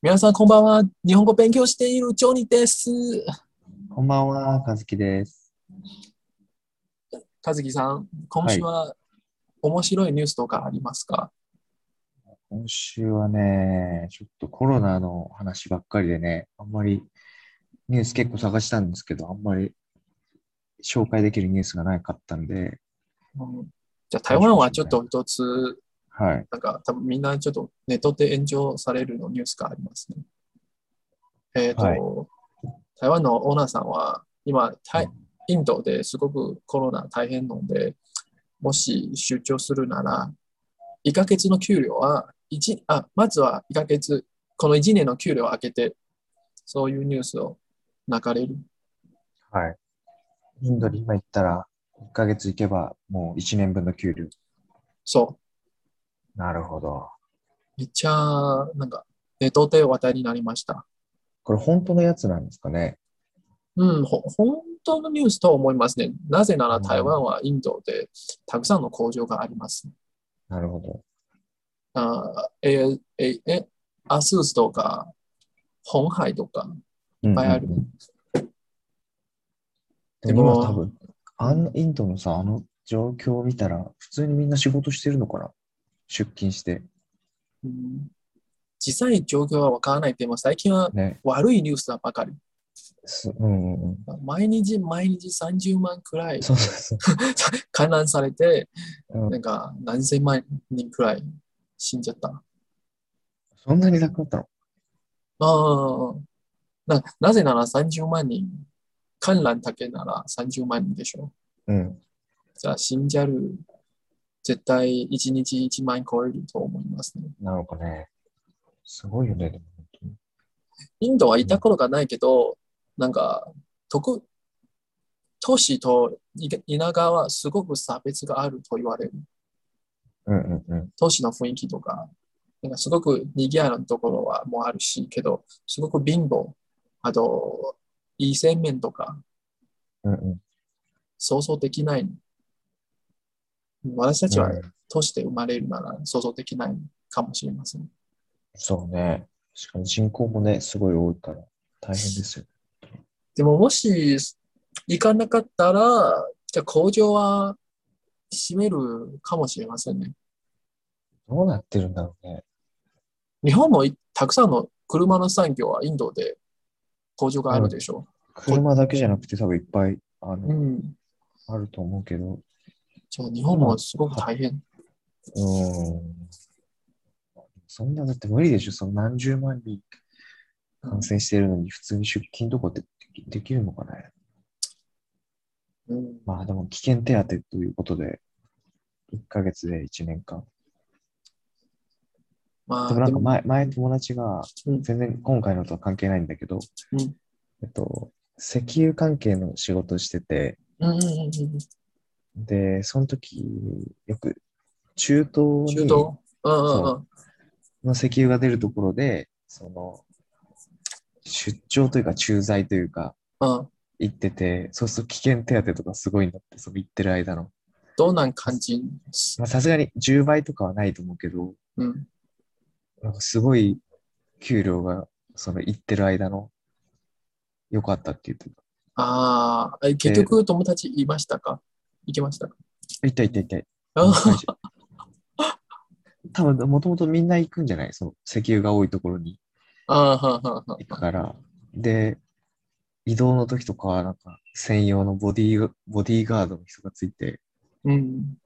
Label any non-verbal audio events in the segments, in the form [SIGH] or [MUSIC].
皆さんこんばんは。日本語勉強しているジョニーです。こんばんは、かずきです。和樹さん、今週は面白いニュースとかありますか、今週はね、ちょっとコロナの話ばっかりでね、あんまりニュース結構探したんですけど、あんまり紹介できるニュースがなかったんで、うんじゃあ台湾はちょっと一つ、はい。なんか多分みんなちょっとネットで炎上されるのニュースがありますね。えっ、と、はい台湾のオーナーさんは今、タイインドですごくコロナ大変なので、もし出張するなら、1ヶ月の給料は、一あまずは1ヶ月、この1年の給料を上げて、そういうニュースを流れる。はい。インドに今行ったら、1ヶ月行けばもう1年分の給料。そう。なるほど。めっちゃ、なんか、ネットで話題になりました。これ本当のやつなんですかね。うん、ほ本当のニュースと思いますね。なぜなら台湾はインドでたくさんの工場があります。なるほど。あえ、え、え、アスースとか、本海とか、いっぱいあるでもでも今多分、あのインドのさ、あの状況を見たら、普通にみんな仕事してるのかな出勤して。うん実際状況はわからないけど、最近はね。悪いニュースばかり。すうんうんうん。毎日毎日30万く [LAUGHS] らい [LAUGHS] そうそうそ観覧されて、う。うんなんか何千万人くらい死んじゃった。そんなに楽だったのああ、な、なぜなら30万人、観覧だけなら30万人でしょ。うん。じゃあ、死んじゃう。絶対1日1万超えると思いますね。なのかね。すごいよね、でも本当に。インドは行ったことがないけど、なんか、特、都市とい田舎はすごく差別があると言われる。うんうんうん。都市の雰囲気とか、なんかすごく賑やかなところはもうあるし、けど、すごく貧乏、あと、いい洗面とか、うんうん。想像できない。私たちはうん都市で生まれるなら想像できないかもしれません。そうね。確かに人口もね、すごい多いから、大変ですよ。でももし行かなかったら、じゃあ工場は閉めるかもしれませんね。どうなってるんだろうね。日本もいたくさんの車の産業はインドで工場があるでしょ車だけじゃなくて、多分いっぱいあう。うるん。あると思うけど、じゃあ日本もすごく大変。うん。そんな、だって無理でしょ。その何十万人感染してるのに、普通に出勤とかってできできるのかね。うん、まあでも、危険手当ということで、1ヶ月で1年間。まであ、もなでんかも前、前友達が、うん全然今回のとは関係ないんだけど、うんえっと、石油関係の仕事をしてて、うんうんうんうんで、その時、よく中東に中東。うんうんうん。の石油が出るところで、その、出張というか駐在というかうん行ってて、そうすると危険手当とかすごいんだって、その行ってる間の。どんな感じまあさすがに10倍とかはないと思うけど、うん。なんかすごい給料が、その行ってる間の良かったって言ってた。ああ、え結局友達いましたか行きましたか行った行った行った。あ [LAUGHS] 多分、もともとみんな行くんじゃないその石油が多いところにあー、はんはんはん行くから。で、移動の時とかは、なんか、専用のボディー、ボディーガードの人がついて、うん。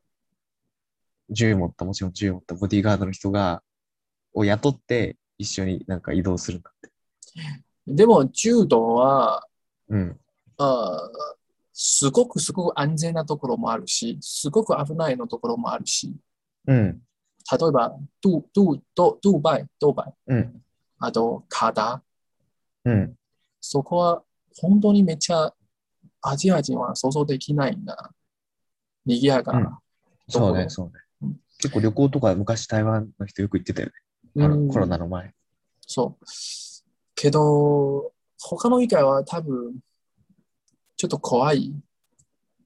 銃持った、もちろん銃持ったボディーガードの人が、を雇って、一緒になんか移動するんだって。でも、柔道は、うん。あーすごくすごく安全なところもあるし、すごく危ないのところもあるし、うん。例えば、ドドドドバイ、ドバイ、うん。あと、カダ、うん。そこは本当にめっちゃアジア人は想像できないんだ。賑やかな。そうどこね、そううねん。結構旅行とか昔台湾の人よく行ってたよね。あうのんコロナの前。そう。けど、他の以外は多分、ちょっと怖い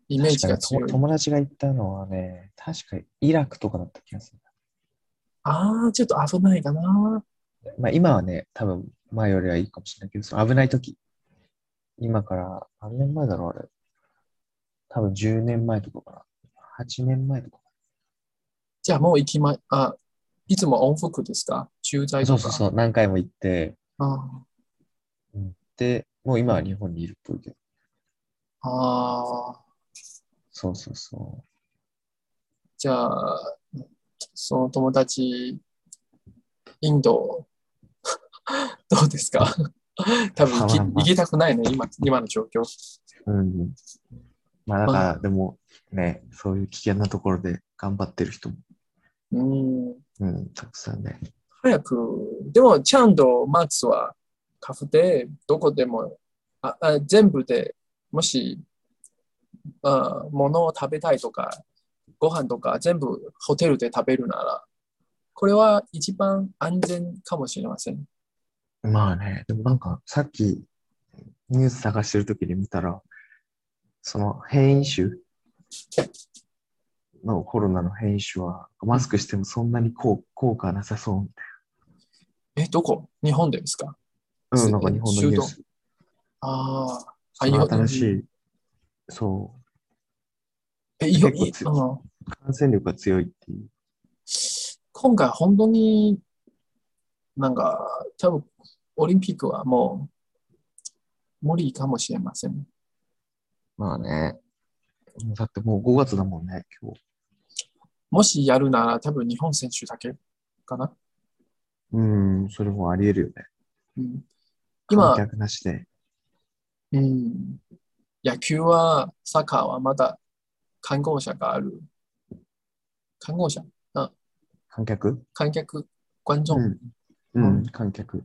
イメージが確かに強いと。友達が行ったのはね、確かイラクとかだった気がする。ああ、ちょっと危ないかな。まあ、今はね、多分前よりはいいかもしれないけど、その危ない時。今から、何年前だろう、あれ。多分10年前とかかな。8年前とか。じゃあもう行きま、あ、いつも往復ですか駐在そとうか。そうそう、何回も行って、あで、もう今は日本にいるっぽいけど。あー、そうそうそじゃあ、その友達、インド、 [LAUGHS] どうですか [LAUGHS] 多分行きまあまあ行まあきたくないね、今今の状況。う。うん。まあだかまら、でもね、そういう危険なところで頑張ってる人も、うん、うん、たくさんね。早く、でもちゃんとマークスはカフでどこでもああ全部でもしあ物を食べたいとかご飯とか全部ホテルで食べるならこれは一番安全かもしれません。まあね、でもなんかさっきニュース探してる時に見たら、その変異種のコロナの変異種はマスクしてもそんなに効効果なさそうみたいえ、どこ日本でですかな。うん、なんか日本のニュース。あーあ、そのよ新しい、そえよい結構強いうんう、感染力が強いっていう。今回本当になんか多分オリンピックはもう無理かもしれません。まあね。だってもう5月だもんね、今日。もしやるなら多分日本選手だけかな。うん、それもあり得るよね。うん、観今、客なしで。うん、野球は、サッカーはまだ看護者がある。看護者観客観客、观众。うん。うん、観客。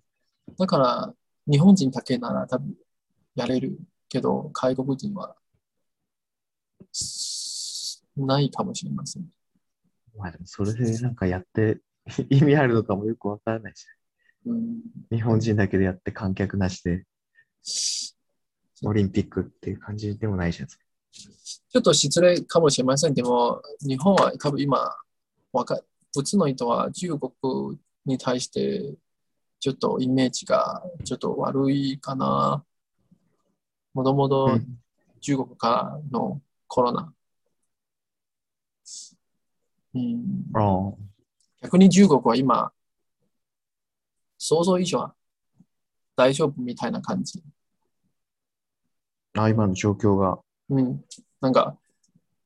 だから、日本人だけなら多分やれるけど、外国人は、すないかもしれません。まあでもそれでなんかやって [LAUGHS] 意味あるのかもよくわからないし、うん、日本人だけでやって観客なしでオリンピックっていう感じでもないじゃん。ちょっと失礼かもしれません。でも、日本は多分今、わか別の人は中国に対して、ちょっとイメージがちょっと悪いかな。もともうとん中国からのコロナ。うん、あ逆に中国は今、想像以上大丈夫みたいな感じ。ああ、今の状況が。うん、なんか、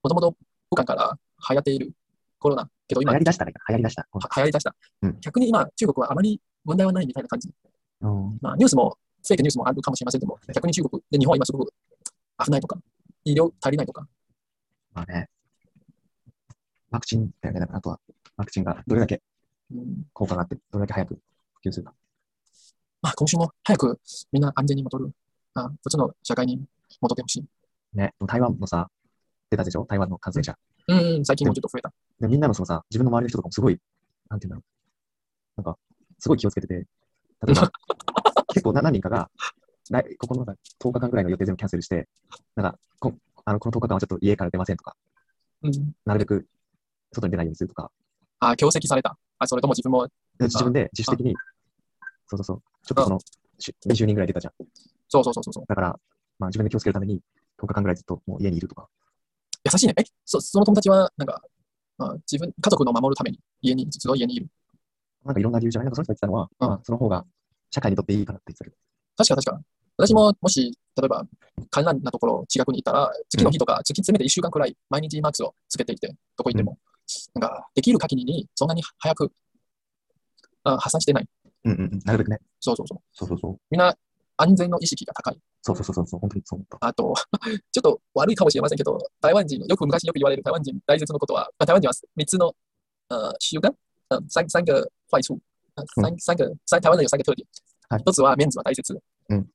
もともと武漢から流行っているコロナ、けど今、だしたね。流行りだした。は流行り出した。うん逆に今、中国はあまり問題はないみたいな感じ。うん。まあ、ニュースも、フェイクニュースもあるかもしれませんけども、逆に中国で日本は今すごく危ないとか、医療足りないとか、まあね。ワクチンだよね。だからあとはワクチンがどれだけうん効果があって、どれだけ早く普及するか。まあ、今週も早くみんな安全に戻る、あ普通の社会に戻ってほしい。ね。台湾のさ、出たでしょ台湾の感染者。うん、最近もちょっと増えた。でみんなのそのさ、自分の周りの人とかもすごい、なんていうんだろう。なんか、すごい気をつけてて、例え [LAUGHS] ば、結構な何人かが、来ここのなんか10日間ぐらいの予定全部キャンセルして、なんか、こあのこの10日間はちょっと家から出ませんとか、うん、なるべく外に出ないようにするとか、あ強制されたあ。それとも自分も、で自分で自主的に、そうそうそう、ちょっとその、し20人ぐらい出たじゃん。そうそうそうそうそう。だから、まあ自分で気をつけるために、10日間ぐらいずっともう家にいるとか。優しいね。え、そその友達は、なんか、まあ、自分、家族の守るために家に、ずっと家にいる。なんかいろんな理由じゃないなんかその人が言ってたのは、うんまあその方が社会にとっていいからって言ってたけど。確か確か。私も、もし、例えば、観覧なところ、近くにいたら、次の日とか、月、せめて1週間くらい、毎日マークスをつけていて、どこ行っても、なんか、できる限りに、そんなに早く、あ破産してない。うんうんうん、なるべくね。そうそうそう。そうそうそう。みんな、安全の意識が高い。そうそうそうそう、本当にそう思った。あと、 [LAUGHS] ちょっと悪いかもしれませんけど、台湾人、よく昔よく言われる台湾人、大切なことは、まあ、台湾人は3つの、呃、習慣、呃、三三个坏处、呃三三个三台湾人有三个特点。はい一つは面子は大切。うん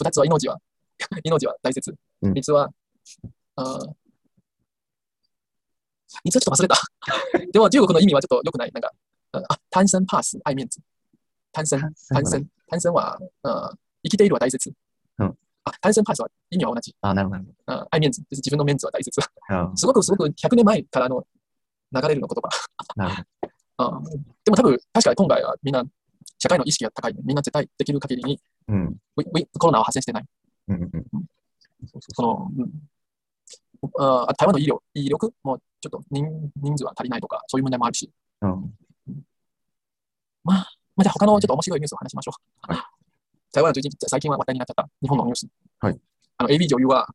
二つは命は、 [LAUGHS] 命は大切。うん三つは、呃、三つはちょっと忘れた。 [LAUGHS] でも中国の意味はちょっと良くない。なんか、呃あ、単身パス、愛面子。単身。単身、単身は、呃、生きているは大切。うんあ、単身パースは意味は同じ。あ、なるほど。あ愛面子、です自分のメンツは大切。 [LAUGHS] あすごくすごく100年前からの流れるの言葉。なるほど。 [LAUGHS] あでも多分、確かに今回はみんな社会の意識が高い。みんな絶対できる限りに、うん。ウィウィコロナは発生してない。うんうんうん。そうその、うんあー台湾の医療、医力もちょっと人人数は足りないとか、そういう問題もあるし。そう。うん。まあ、じゃあ他のちょっと面白いニュースを話しましょう。はい台湾の最近最近は話題になっちゃった日本のニュース。はいあの AV 女優は、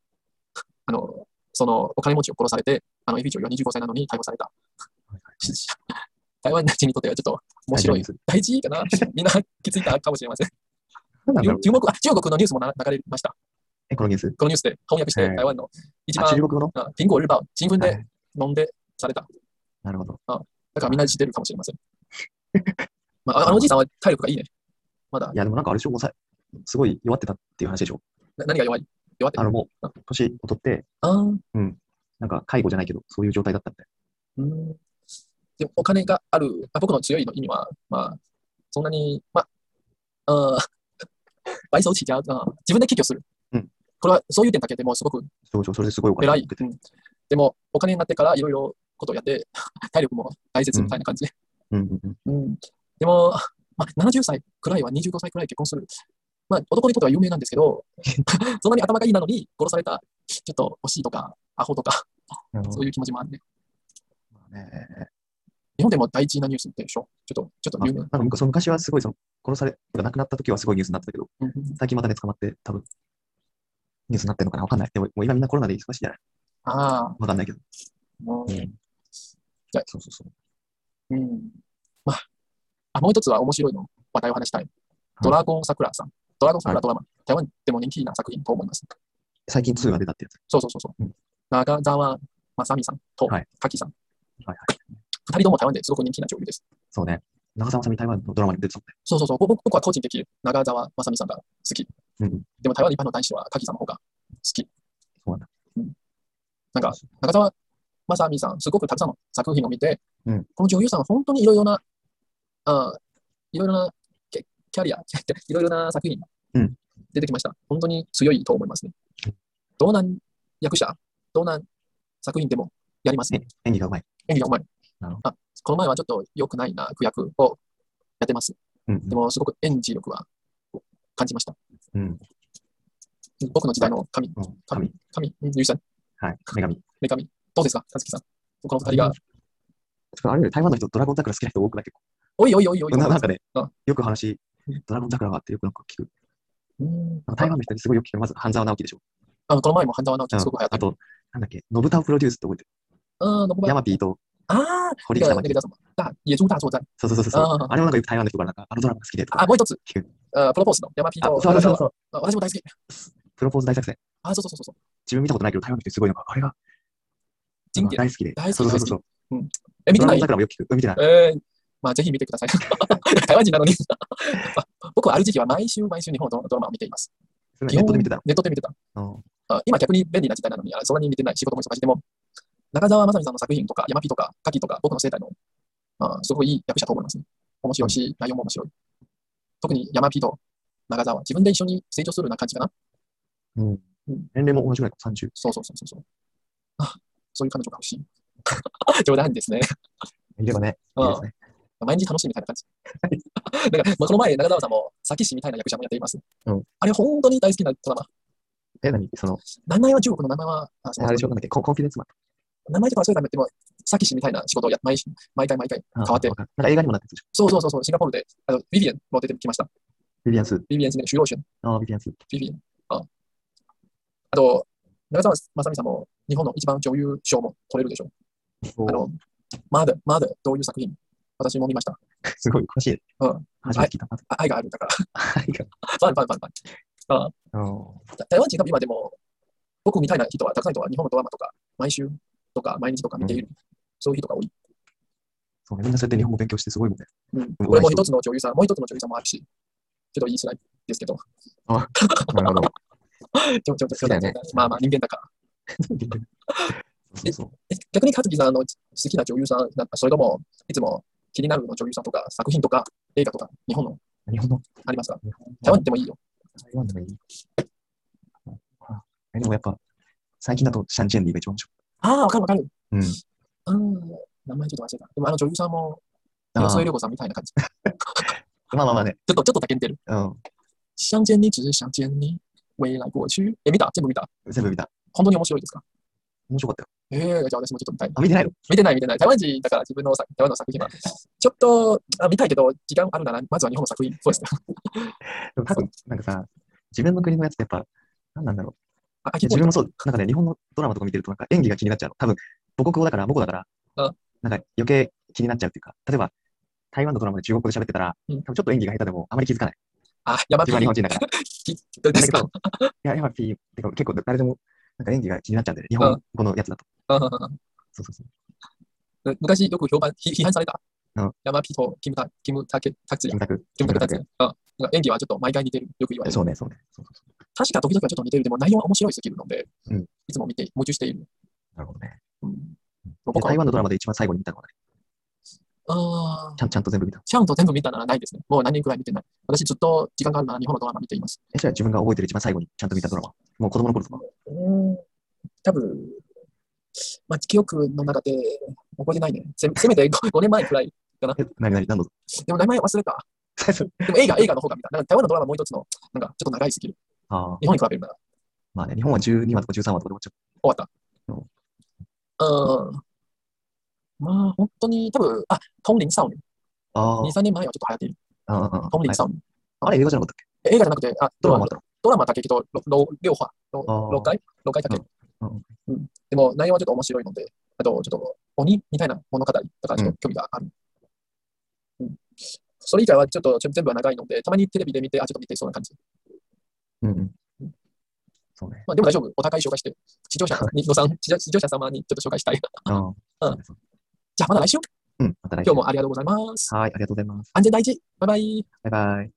あの、そのお金持ちを殺されて、あの AV 女優は25歳なのに逮捕された。台湾人にとってはちょっと面白い。大事かなみんな気づいたかもしれません。なんだろう中国中国のニュースもな流れました。え、このニュースこのニュースで翻訳しえてー台湾の一あ、番中国語のあ苹果日報、新聞はでい飲んでされた。なるほど。だからみんな知ってるかもしれ [LAUGHS] ません。まあ、ああのおじいさんは体力がいいね。まだいや、でもなんかあれでしょ、抑えすごい弱ってたっていう話でしょ。な何が弱い弱ってあるの、もう、年を取って、あーうなんか介護じゃないけど、そういう状態だったみたい。ーんでもお金がある、あ僕の強いの意味は、まあ、そんなに、まあ、あー [LAUGHS] 倍増しちゃうな。自分で起業する。うんこれはそういう点だけでもすごくそうそう、それですごいお金偉い。儲けうてんでも、お金になってからいろいろことをやって、体力も大切みたいな感じで。うんうんうん。うん、でも、 [LAUGHS] まあ、70歳くらいは25歳くらい結婚する。まあ、男にとっては有名なんですけど、 [LAUGHS] そんなに頭がいいなのに殺された、ちょっと惜しいとか、アホとか、なるほそどういう気持ちもあるね。ね。日本でも大事なニュースでしょちょっと、ちょっとあ有な名ん。か昔その昔はすごいその殺され、亡くなった時はすごいニュースになってたけど、うんうん最近またね、捕まって、多分ニュースになってるのかなわかんない。でももう今みんなコロナで忙しいじゃないああ、わかんないけど。もうんじゃあそうそうそう。う、うん。まあ、あもう一つは面白いの、話題を話したい。ドラゴン桜さん。ドラゴン桜ドラマ。台湾でも人気な作品と思います。最近2が出たってやつ。そうそうそうそう。うん長澤まさみさんとはい滝さん。はいはい。二人とも台湾ですごく人気な女優です。そうね。長澤まさみ台湾のドラマに出てたもんね。そうそうそう、ぼ僕僕は個人的に長澤まさみさんが好き。うんでも台湾の一般の男子はカキさんの方が好き。そうなんだ。なんか、長澤まさみさん、すごくたくさんの作品を見て、うんこの女優さんは本当にいろいろな、あーいろいろなキキャリア、 [LAUGHS] いろいろな作品、うん出てきました。本当に強いと思いますね。どんな役者、どんな作品でもやりますね。演技がうまい。演技がうまいなるほ。あこの前はちょっと良くないな、悪役をやってます。うんうん。でもすごく演技力は感じました。うん。僕の時代の神、うん神。神、うん、ゆうさん、はい。女神。女神、どうですか、さつきさん。この二人が、つかあれより台湾の人、ドラゴン桜好きな人多くない結おいおいおいおい構。ななんかねうん、よく話うん、ドラゴン桜があってよくなんか聞く。うんなんか台湾の人にすごいよく聞く。まず、半沢直樹でしょ。あのこの前も半沢直樹すごく流行っあた。と、なんだっけ、ノブタウプロデュースって覚えてる。ああ、のヤマピーと、ああ、堀那北个真那希个叫什么？大野猪大作战。そうそうそうそう。あーあれもなんかよく台湾の人からなんか、あのドラマが好きでとか。あ、もう一つ聞く。あプロポーズの山ピーあとそうそうそうそう。あ私も大好き。プロポーズ大作戦。あ、そうそうそうそう。自分見たことないけど、台湾の人すごいのが、あれが、人気大好きで。大好きそうそうそうそう。え、見てドなラゴンい桜もよく聞く。見てない。えー、まあぜひ見てください。 [LAUGHS] 台湾人なのに。 [LAUGHS] あ僕はある時期は毎週毎週日本のドラマを見ています。それネットで見てたの。ネットで見てた。うんあ今逆に便利な時代なのに、あそんなに見てない仕事も忙しい。でも、中澤まさみさんの作品とか、山ピとか、滝とか、僕の生態の、あすごいいい役者と思いますね。面白いし、内容も面白い。特に山ピと中澤は自分で一緒に成長するような感じかな。うんうん年齢も同じぐらいか、30。そうそうそうそうそう。あそういう彼女が欲しい。 [LAUGHS] 冗談ですね。いればね、いいですね。毎日楽しいみたいな感じ。 [LAUGHS] だから、まあ、この前、中澤さんも、先師みたいな役者もやっています。うんあれ、本当に大好きなドラマ。え、何その、名前は中国の名前は、あそうあれでしょなんだっけ、ココンフィデンスマン。名前とかそういうのやめても、先師みたいな仕事をや毎毎回毎回変わってあ。かるなんか映画にもなってるでしょ。そうそうそうそう、シンガポールで、あの、ビビアンも出てきました。ビビアンス。ビビアンですね、主導者のああ、ビビアンス。ビビアン。ああと、長澤まさみさんも日本の一番女優賞も取れるでしょう。あの、まだ、まだ、どういう作品私も見ました。すごい詳しい。うん。初めて聞いた。あ愛があるだから。 [LAUGHS] はい。うファンファンファンファン。んた台湾人が今でも、僕みたいな人は、たくさんの人は日本のドラマとか、毎週とか、毎日とか見ている。そういう人が多い。そうね、みんなそうやって日本語勉強してすごいもんね。うん。うんこれも一つの女優さん、もう一つの女優さんもあるし、ちょっと言いづらいですけど、なるほど。ちょ、ちょ、ちょ、そうだよねまあまあ人間だから。そうそう。え逆に勝木さんの好きな女優さんだったそれともいつも気になるの女優さんとか作品とか映画とか日本の日本の。ありますか日本台湾でもいいよ。台湾でもいい。あえでもやっぱ、最近だとシャンチェンリーが一番面白ああ、わかるわかる。い。うん。うん、名前ちょっと忘れた。でもあの女優さんも、あー安井涼子さんみたいな感じ。まあまあまあね。ちょっと、ちょっとだけ似てる。うん。相见に只是相见に。未来过去。え、見た全部見た全部見た。本当に面白いですか面白かったよ。えー、じゃあ私もちょっと見たいなあ、見てないの見てない見てない。台湾人だから自分の作台湾の作品 [LAUGHS] は。ちょっとあ見たいけど、時間あるなら、まずは日本の作品。そうですね。でも多分、なんかさ、自分の国のやつってやっぱ、なんなんだろあ、う。秋自ポイン分トもそう、なんかね、日本のドラマとか見てると、なんか演技が気になっちゃうの。多分、母国語だから、母語だからあ、なんか余計気になっちゃうっていうか、例えば、台湾のドラマで中国語で喋ってたら、うん多分ちょっと演技が下手でも、あまり気づかない。あ、山自分は日火。本人だから。どうでだけすど、かいや、やっぱり、てか結構誰でも、なんか演技が気になっちゃうんだよね。日本語のやつだと。うんそうそうそう。うん昔よく評判、ひ批判されたうん。山ピとキムタ、キムタケ、タツキヤム。タク。キムタケタツキヤ。うん。なんか演技はちょっと毎回似てる。よく言われる。そうね、そうね。そうそうそ確か時々はちょっと似てる。でも内容は面白いスキルなので、うんいつも見て、矛盾している。う。なるほどね。うん、で僕は台湾のドラマで一番最後に見たのはね、あーちゃんちゃんと全部見た。ちゃんと全部見たならないですね。もう何人くらい見てない。私ずっと時間があるなら日本のドラマ見ています。え、じゃあ自分が覚えてる一番最後にちゃんと見たドラマ。もう子供の頃とか。うーん、多分、まあ、記憶の中で覚えてないね。せせめて 5, 年前くらい。え、なになに何度でも名前忘れた。でも映画、映画の方が見た。なんか台湾のドラマもう一つの、なんかちょっと長いすぎる。ああ、日本に比べるならまあね、日本は12話とか13話とかで終わっちゃ終わった。うん。まあ、本当に多分、あ、トンリン・サウン。う。あ2、3年前はちょっと流行っている。あ、ああ、ああトンリン・サウン。あれ映画じゃなかったっけ映画じゃなくて、あ、ドラマだったドラマだけど、ろろ両話、ろあー6回 ?6 回だけ、うんうんうんでも内容はちょっと面白いので、あとちょっと鬼みたいな物語だからちょうっんと興味がある。うんそれ以外はちょっとちょ全部は長いので、たまにテレビで見て、あ、ちょっと見てそうな感じ。の。うんうん。そうね。まあ、でも大丈夫、お互い紹介して、視 [LAUGHS] 聴者にのさん視聴視聴者様にちょっと紹介したい。ああ。うんじゃあまた来週、うん、また来週。今日もありがとうございます。はい、ありがとうございます。安全第一、バイバイ。バイバイ。